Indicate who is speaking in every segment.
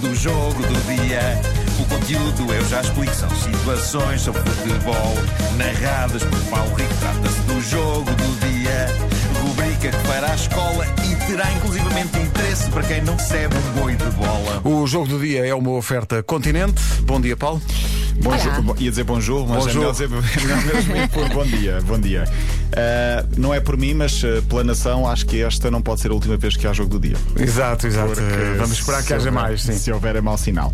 Speaker 1: do jogo do dia. O conteúdo eu já explico, são situações sobre futebol, narradas por Paulo Rico. Trata-se do jogo do dia, rubrica que fará a escola e terá inclusivamente interesse para quem não recebe um boi de bola.
Speaker 2: O jogo do dia é uma oferta Continente. Bom dia, Paulo.
Speaker 3: Bom
Speaker 4: Olá.
Speaker 3: jogo, bom- ia dizer bom jogo, mas
Speaker 2: Bom
Speaker 3: é melhor, dizer,
Speaker 2: jogo.
Speaker 3: é melhor mesmo por bom dia. Bom dia. Ah, não é por mim, mas ah, pela nação, acho que esta não pode ser a última vez que há jogo do dia.
Speaker 2: Exato, exato. Eh,
Speaker 3: Porque
Speaker 2: Vamos esperar que
Speaker 3: Eh, se
Speaker 2: haja
Speaker 3: houver-
Speaker 2: mais, sim.
Speaker 3: Se houver é mau sinal.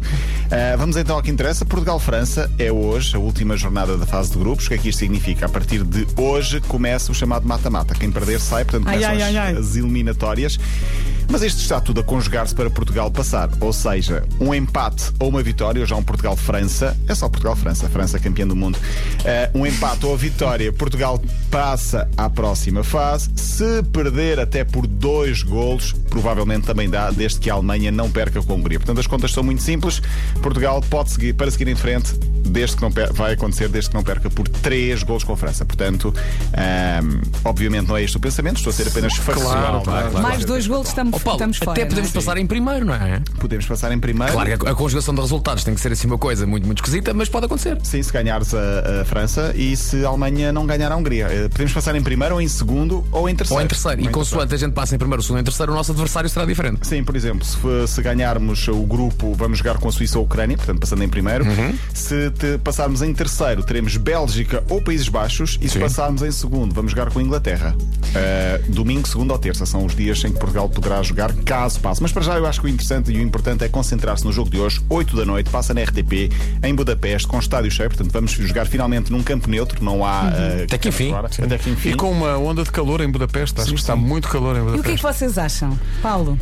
Speaker 3: Ah, vamos então ao que interessa. Portugal-França é hoje a última jornada da fase de grupos. O que é que isto significa? A partir de hoje começa o chamado mata-mata. Quem perder sai, portanto
Speaker 4: Ai,
Speaker 3: começam
Speaker 4: ai,
Speaker 3: as,
Speaker 4: ai, ai.
Speaker 3: as eliminatórias. Mas isto está tudo a conjugar-se para Portugal passar. Ou seja, um empate ou uma vitória, ou já um Portugal-França, é só Portugal-França, França campeã do mundo. Ah, um empate ou a vitória, Portugal passa à próxima fase. Se perder até por dois golos, provavelmente também dá, desde que a Alemanha não perca com a Hungria. Portanto, as contas são muito simples. Portugal pode seguir, para seguir em frente, desde que não per- vai acontecer desde que não perca por três golos com a França. Portanto, ah, obviamente não é este o pensamento, estou a ser apenas factual. não
Speaker 2: claro,
Speaker 3: é?
Speaker 2: claro.
Speaker 4: Mais dois golos estamos,
Speaker 5: Ó, Paulo,
Speaker 4: estamos
Speaker 5: até
Speaker 4: fora. não é?
Speaker 5: podemos passar em primeiro, não é?
Speaker 3: Podemos passar em primeiro.
Speaker 5: Claro que a, a conjugação de resultados tem que ser assim uma coisa muito, muito esquisita, mas pode acontecer.
Speaker 3: Sim, se ganhares a, a França e se a Alemanha não ganhar a Hungria. Eh, Podemos passar em primeiro, ou em segundo, ou em terceiro.
Speaker 5: Ou em terceiro. E consoante a gente passa em primeiro, segundo, em terceiro, o nosso adversário será diferente.
Speaker 3: Sim, por exemplo, se, for- se ganharmos o grupo, vamos jogar com a Suíça ou a Ucrânia, portanto, passando em primeiro. Se te- passarmos em terceiro, teremos Bélgica ou Países Baixos. E se
Speaker 5: Sim.
Speaker 3: passarmos em segundo, vamos jogar com a Inglaterra. Eh, domingo, segunda ou terça são os dias em que Portugal poderá jogar, caso passe. Mas para já, eu acho que o interessante e o importante é concentrar-se no jogo de hoje, 8 da noite, passa na RTP, em Budapeste, com o estádio cheio. Portanto, vamos jogar finalmente num campo neutro, não há. eh,
Speaker 5: Até
Speaker 3: campo
Speaker 5: que enfim.
Speaker 3: fora. Até que enfim.
Speaker 2: E com uma onda de calor em Budapeste, acho que está muito calor em
Speaker 4: E o que é que
Speaker 2: Budapeste.
Speaker 4: vocês acham? Paulo,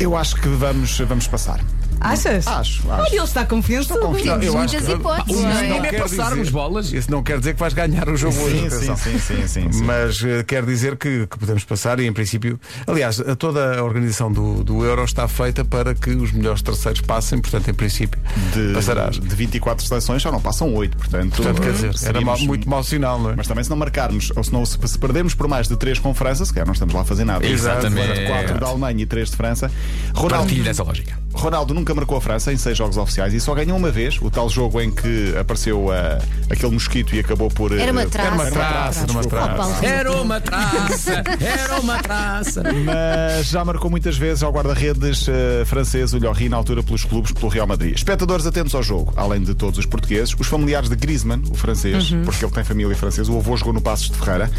Speaker 3: Eu acho que vamos, vamos passar.
Speaker 4: achas?
Speaker 3: Acho, acho.
Speaker 4: Olha, ele está confiante.
Speaker 3: confiante.
Speaker 2: Eu
Speaker 6: Muitas
Speaker 2: acho que-
Speaker 6: hipóteses,
Speaker 2: Isso
Speaker 6: não é?
Speaker 2: não
Speaker 5: É
Speaker 2: quer
Speaker 5: passarmos
Speaker 2: dizer-
Speaker 5: bolas.
Speaker 2: Isso não quer dizer que vais ganhar o jogo hoje.
Speaker 3: Sim,
Speaker 2: atenção.
Speaker 3: sim, sim, sim, sim, sim.
Speaker 2: Mas eh, quer dizer que, que podemos passar e em princípio, aliás, a toda a organização do, do Euro está feita para que os melhores terceiros passem, portanto, em princípio,
Speaker 3: de,
Speaker 2: passarás.
Speaker 3: de 24 seleções já não passam 8, portanto.
Speaker 2: Portanto,
Speaker 3: eh,
Speaker 2: quer dizer, era
Speaker 3: seríamos-
Speaker 2: mau- muito mau sinal, não é?
Speaker 3: Mas também se não marcarmos, ou se, não, se, se perdermos por mais de 3 com França, se calhar não estamos lá a fazer nada.
Speaker 5: Exatamente.
Speaker 3: 4 da Alemanha e 3 de França. Ronaldo,
Speaker 5: Partilho dessa lógica.
Speaker 3: Ronaldo nunca marcou a França em seis jogos oficiais e só ganhou uma vez o tal jogo em que apareceu ah, aquele mosquito e acabou por. eh,
Speaker 6: Era uma traça.
Speaker 2: era uma traça, era uma
Speaker 6: Oh, Paulo
Speaker 2: traça.
Speaker 6: Rico.
Speaker 5: Era uma traça, era uma traça.
Speaker 3: mas já marcou muitas vezes ao guarda-redes eh, francês, o Lloris, na altura pelos clubes, pelo Real Madrid. Espectadores atentos ao jogo, além de todos os portugueses, os familiares de Griezmann, o francês, porque ele tem família francesa, o avô jogou no Passos de Ferreira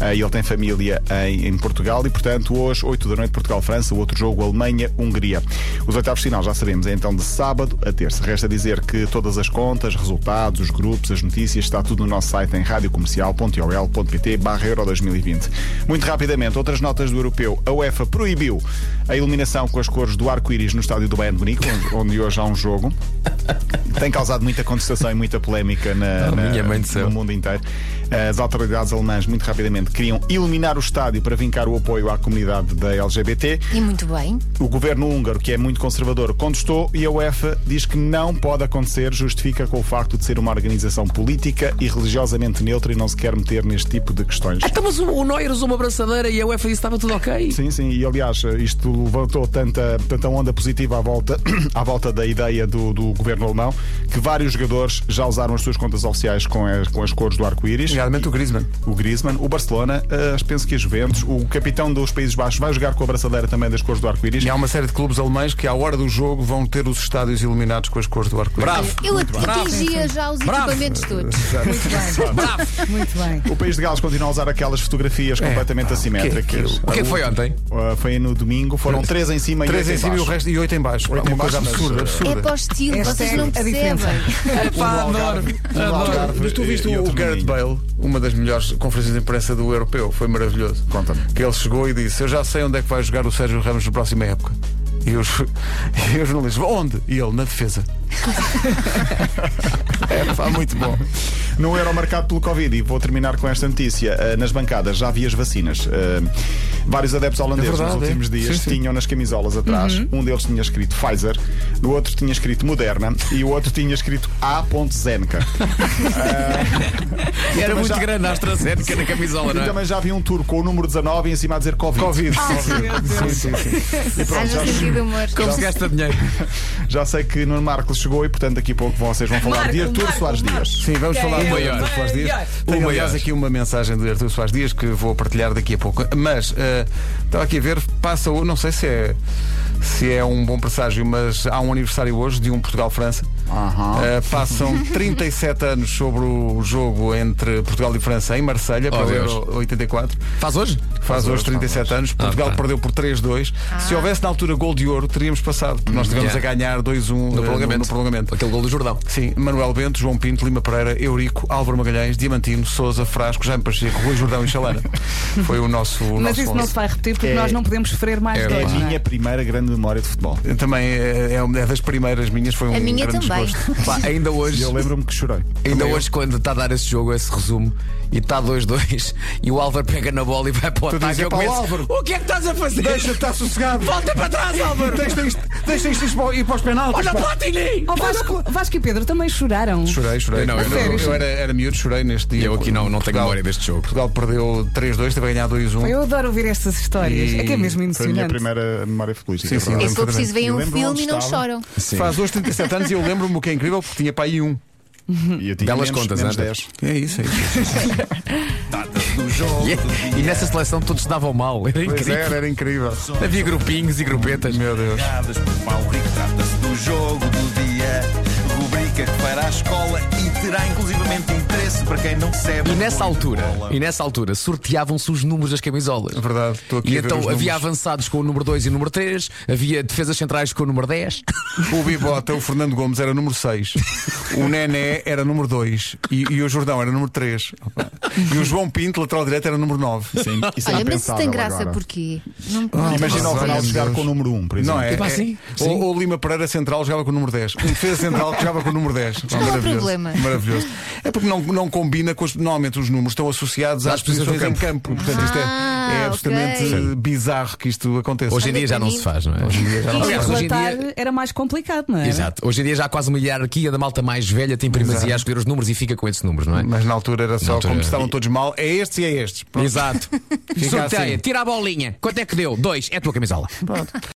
Speaker 3: eh, e ele tem família em, em Portugal e, portanto, hoje, 8 da noite, Portugal-França, o outro jogo, Alemanha-Hungria. Os oitavos de final, já sabemos, é então de sábado a terça. Resta dizer que todas as contas, resultados, os grupos, as notícias, está tudo no nosso site em radiocomercial.ol.pt barra Euro 2020. Muito rapidamente, outras notas do europeu. A UEFA proibiu a iluminação com as cores do arco-íris no estádio do Bayern de Munique, onde- onde hoje há um jogo. Tem causado muita contestação e muita polémica na,
Speaker 5: Oh,
Speaker 3: na-
Speaker 5: minha mãe do céu.
Speaker 3: no mundo inteiro. As autoridades alemãs, muito rapidamente, queriam iluminar o estádio para vincar o apoio à comunidade da LGBT.
Speaker 6: E muito bem.
Speaker 3: O governo húngaro, que é muito conservador, contestou e a UEFA diz que não pode acontecer, justifica com o facto de ser uma organização política e religiosamente neutra e não se quer meter neste tipo de questões.
Speaker 5: Então, mas o, o Neuer usou uma abraçadeira e a UEFA disse que estava tudo ok.
Speaker 3: Sim, sim, e aliás, isto levantou tanta, tanta onda positiva à volta, à volta da ideia do, do governo alemão que vários jogadores já usaram as suas contas oficiais com as, com as cores do arco-íris.
Speaker 2: Nomeadamente o Griezmann.
Speaker 3: O Griezmann, o Barcelona, as, penso que a Juventus, o capitão dos Países Baixos vai jogar com a abraçadeira também das cores do arco-íris.
Speaker 2: E há uma série de clubes alemães que, à hora do jogo, vão ter os estádios iluminados com as cores do arco-íris.
Speaker 5: Bravo,
Speaker 6: Eu at- atingia já os
Speaker 5: Bravo.
Speaker 6: equipamentos todos.
Speaker 5: bravo.
Speaker 4: Muito bem.
Speaker 3: O país de Gales continua a usar aquelas
Speaker 2: É.
Speaker 3: fotografias
Speaker 2: Ah,
Speaker 3: completamente assimétricas.
Speaker 5: O que é que foi ontem?
Speaker 3: Uh, foi no domingo, foram três em cima
Speaker 2: Três
Speaker 3: e
Speaker 2: em
Speaker 3: oito
Speaker 2: cima e o
Speaker 3: baixo.
Speaker 2: resto e oito em baixo.
Speaker 3: Oito
Speaker 2: uma
Speaker 3: em
Speaker 2: coisa
Speaker 3: baixo,
Speaker 2: absurda,
Speaker 3: mas,
Speaker 6: É
Speaker 2: absurda.
Speaker 6: para o estilo, vocês não
Speaker 4: Hashtag a
Speaker 6: percebem.
Speaker 4: diferença.
Speaker 5: É Pá,
Speaker 3: Um do
Speaker 5: adoro,
Speaker 3: Algarve, um do
Speaker 5: adoro.
Speaker 3: Algarve
Speaker 2: Mas tu
Speaker 3: e-
Speaker 2: viste
Speaker 3: e
Speaker 2: o
Speaker 3: outro
Speaker 2: Gareth
Speaker 3: menino.
Speaker 2: Bale, uma das melhores conferências de imprensa do europeu, foi maravilhoso.
Speaker 3: Conta-me.
Speaker 2: Que ele chegou e disse: Eu já sei onde é que vai jogar o Sérgio Ramos na próxima época. E os, e os jornalistas: Onde? E ele, na defesa.
Speaker 3: É, pá, muito bom. No euro marcado pelo Covid, e vou terminar com esta notícia, eh, nas bancadas já havia as vacinas. Eh, vários adeptos holandeses
Speaker 2: É verdade,
Speaker 3: nos últimos
Speaker 2: é.
Speaker 3: dias
Speaker 2: Sim, Uhum. sim.
Speaker 3: tinham nas camisolas atrás, um deles tinha escrito Pfizer, no outro tinha escrito Moderna e o outro tinha escrito A.Zeneca.
Speaker 5: Era muito
Speaker 3: já-
Speaker 5: grande a AstraZeneca na camisola,
Speaker 3: E
Speaker 5: não é?
Speaker 3: também já havia um tour com o número 19 em cima a dizer Covid.
Speaker 2: Covid.
Speaker 6: Haja sentido de humor.
Speaker 5: Como se gasta dinheiro?
Speaker 3: Já sei que Nuno Marcos chegou e, portanto, daqui a pouco vocês vão falar de
Speaker 4: Marco,
Speaker 3: Artur
Speaker 4: Marco,
Speaker 3: Soares
Speaker 4: Marco.
Speaker 3: Dias.
Speaker 2: Sim, vamos
Speaker 4: Quem
Speaker 2: falar
Speaker 4: é
Speaker 2: muito
Speaker 4: o
Speaker 2: do Artur Soares Dias.
Speaker 4: maior?
Speaker 2: Tenho,
Speaker 5: O
Speaker 2: aliás,
Speaker 5: maior.
Speaker 2: aqui uma mensagem do Artur Soares Dias que vou partilhar daqui a pouco. Mas eh, estava aqui a ver, passa hoje, não sei se é, se é um bom presságio, mas há um aniversário hoje de um Portugal-França.
Speaker 3: Aham.
Speaker 2: Eh, passam 37 anos sobre o jogo entre Portugal e França em Marselha para o
Speaker 5: Deus.
Speaker 2: Euro 84.
Speaker 5: Faz hoje? Eh,
Speaker 2: Faz hoje
Speaker 3: hoje,
Speaker 2: 37 anos, Portugal
Speaker 5: tá.
Speaker 2: perdeu por 3-2. Se houvesse na altura gol de ouro, teríamos passado, porque nós estivemos
Speaker 5: Yeah.
Speaker 2: a ganhar 2-1 eh,
Speaker 5: No prolongamento.
Speaker 2: no prolongamento.
Speaker 5: Aquele gol do Jordão.
Speaker 2: Sim, Manuel Bento, João Pinto, Lima Pereira, Eurico, Álvaro Magalhães, Diamantino, Souza, Frasco, Jaime Pacheco, Rui Jordão e Chalana. Foi o nosso. o
Speaker 4: Mas
Speaker 2: nosso
Speaker 4: isso não se
Speaker 2: onze.
Speaker 4: vai repetir porque
Speaker 3: É-
Speaker 4: nós não podemos sofrer mais
Speaker 5: é
Speaker 3: É a
Speaker 4: dois. não
Speaker 3: minha primeira grande memória de futebol.
Speaker 2: Também é, é uma é das primeiras minhas, foi um
Speaker 6: A minha
Speaker 2: grande
Speaker 6: também.
Speaker 2: desgosto.
Speaker 5: Pá, ainda
Speaker 3: E
Speaker 5: hoje.
Speaker 3: eu lembro-me que chorei.
Speaker 5: Ainda hoje, quando está a dar esse jogo, esse resumo, e está 2-2, e o Álvaro pega na bola e vai para o
Speaker 2: Tu
Speaker 5: ataque,
Speaker 2: dizes,
Speaker 5: eu
Speaker 2: "Epá,
Speaker 5: começo,
Speaker 2: Álvaro,
Speaker 5: o que é que estás a fazer?
Speaker 2: Deixa-te estar sossegado.
Speaker 5: Volta para trás, Álvaro!
Speaker 2: Deixa isto, deixa isto ir para o- ir para os penaltis.
Speaker 5: Olha
Speaker 2: pá.
Speaker 5: Platini!
Speaker 4: Oh, Vasco, Vasco e Pedro também choraram.
Speaker 2: Chorei, chorei.
Speaker 5: Eu não, eu
Speaker 2: eu,
Speaker 5: não.
Speaker 2: eu era, era miúdo, chorei neste dia.
Speaker 5: Eu aqui não- não tenho memória deste jogo.
Speaker 2: Portugal perdeu 3-2, teve a ganhar 2-1.
Speaker 4: Eu adoro ouvir estas histórias. É que é mesmo
Speaker 3: Foi a minha
Speaker 4: emocionante.
Speaker 3: primeira memória futebolística.
Speaker 2: Sim, sim.
Speaker 3: é
Speaker 6: E
Speaker 3: verdade.
Speaker 6: se for preciso, veem
Speaker 3: Eu
Speaker 6: um
Speaker 3: lembro onde
Speaker 6: filme e não
Speaker 3: estava.
Speaker 6: choram.
Speaker 5: Sim.
Speaker 2: Faz hoje 37 anos e eu lembro-me o que é incrível porque tinha pai um.
Speaker 3: E eu tinha menos-
Speaker 5: Belas contas,
Speaker 3: menos
Speaker 5: Ana.
Speaker 3: 10.
Speaker 2: É isso, é isso.
Speaker 1: Datas do jogo
Speaker 5: E,
Speaker 1: do
Speaker 5: e
Speaker 1: dia.
Speaker 5: nessa seleção todos davam mal, era
Speaker 2: Pois é,
Speaker 5: incrível.
Speaker 2: era, era incrível.
Speaker 5: Havia grupinhos e grupetas.
Speaker 2: Meu Deus.
Speaker 1: Piadas por Paulo Rico, trata-se do jogo do dia. Rubrica que fará a escola e terá inclusivamente interesse para quem não sabe.
Speaker 5: E nessa
Speaker 1: muito
Speaker 5: altura,
Speaker 1: bola.
Speaker 5: e nessa altura, sorteavam-se os números das camisolas.
Speaker 2: É verdade, estou aqui
Speaker 5: E
Speaker 2: a ver os
Speaker 5: então havia
Speaker 2: números.
Speaker 5: avançados com o número 2 e o número 3, havia defesas centrais com o número 10.
Speaker 2: O Bibota, o Fernando Gomes era número 6, o Nené era número 2 e, e o Jordão era número 3. E o João Pinto, lateral direto, era número 9.
Speaker 3: Sim, isso é
Speaker 6: Olha, mas isso
Speaker 3: impensável
Speaker 6: tem graça
Speaker 3: agora.
Speaker 6: porquê? Não,
Speaker 3: Imagina o
Speaker 2: Nossa,
Speaker 3: Ronaldo
Speaker 2: meu
Speaker 3: chegar
Speaker 2: Deus.
Speaker 3: com o número 1, por exemplo.
Speaker 2: Não é?
Speaker 5: Tipo
Speaker 2: é-
Speaker 5: assim, sim.
Speaker 2: Ou, ou Lima Pereira Central jogava com o número 10. Um defesa central que jogava com o número 10. Ah,
Speaker 6: não há
Speaker 2: maravilhoso.
Speaker 6: problema.
Speaker 2: Maravilhoso. É porque não, não combina com os. Normalmente os números estão associados às,
Speaker 5: Às posições
Speaker 2: posições
Speaker 5: do
Speaker 2: em campo. Portanto, isto é,
Speaker 6: Ah,
Speaker 2: é absolutamente
Speaker 6: ok.
Speaker 2: eh, bizarro que isto aconteça.
Speaker 5: Hoje em
Speaker 6: Olha
Speaker 5: dia já
Speaker 6: para
Speaker 5: não
Speaker 6: mim.
Speaker 5: se faz, não é? Hoje em dia já
Speaker 4: E
Speaker 5: Aliás, hoje em
Speaker 4: relatar
Speaker 5: dia.
Speaker 4: era mais complicado, não é?
Speaker 5: Exato. Hoje em dia já há quase uma hierarquia da malta mais velha tem primazia a escolher os números e fica com esses números, não é?
Speaker 2: Mas na altura era só
Speaker 5: altura
Speaker 2: como
Speaker 5: era-
Speaker 2: estavam todos mal, é estes e é estes. Pronto.
Speaker 5: Exato.
Speaker 2: Fica
Speaker 5: Sorteia,
Speaker 2: assim.
Speaker 5: tira a bolinha. Quanto é que deu? Dois. É a tua camisola.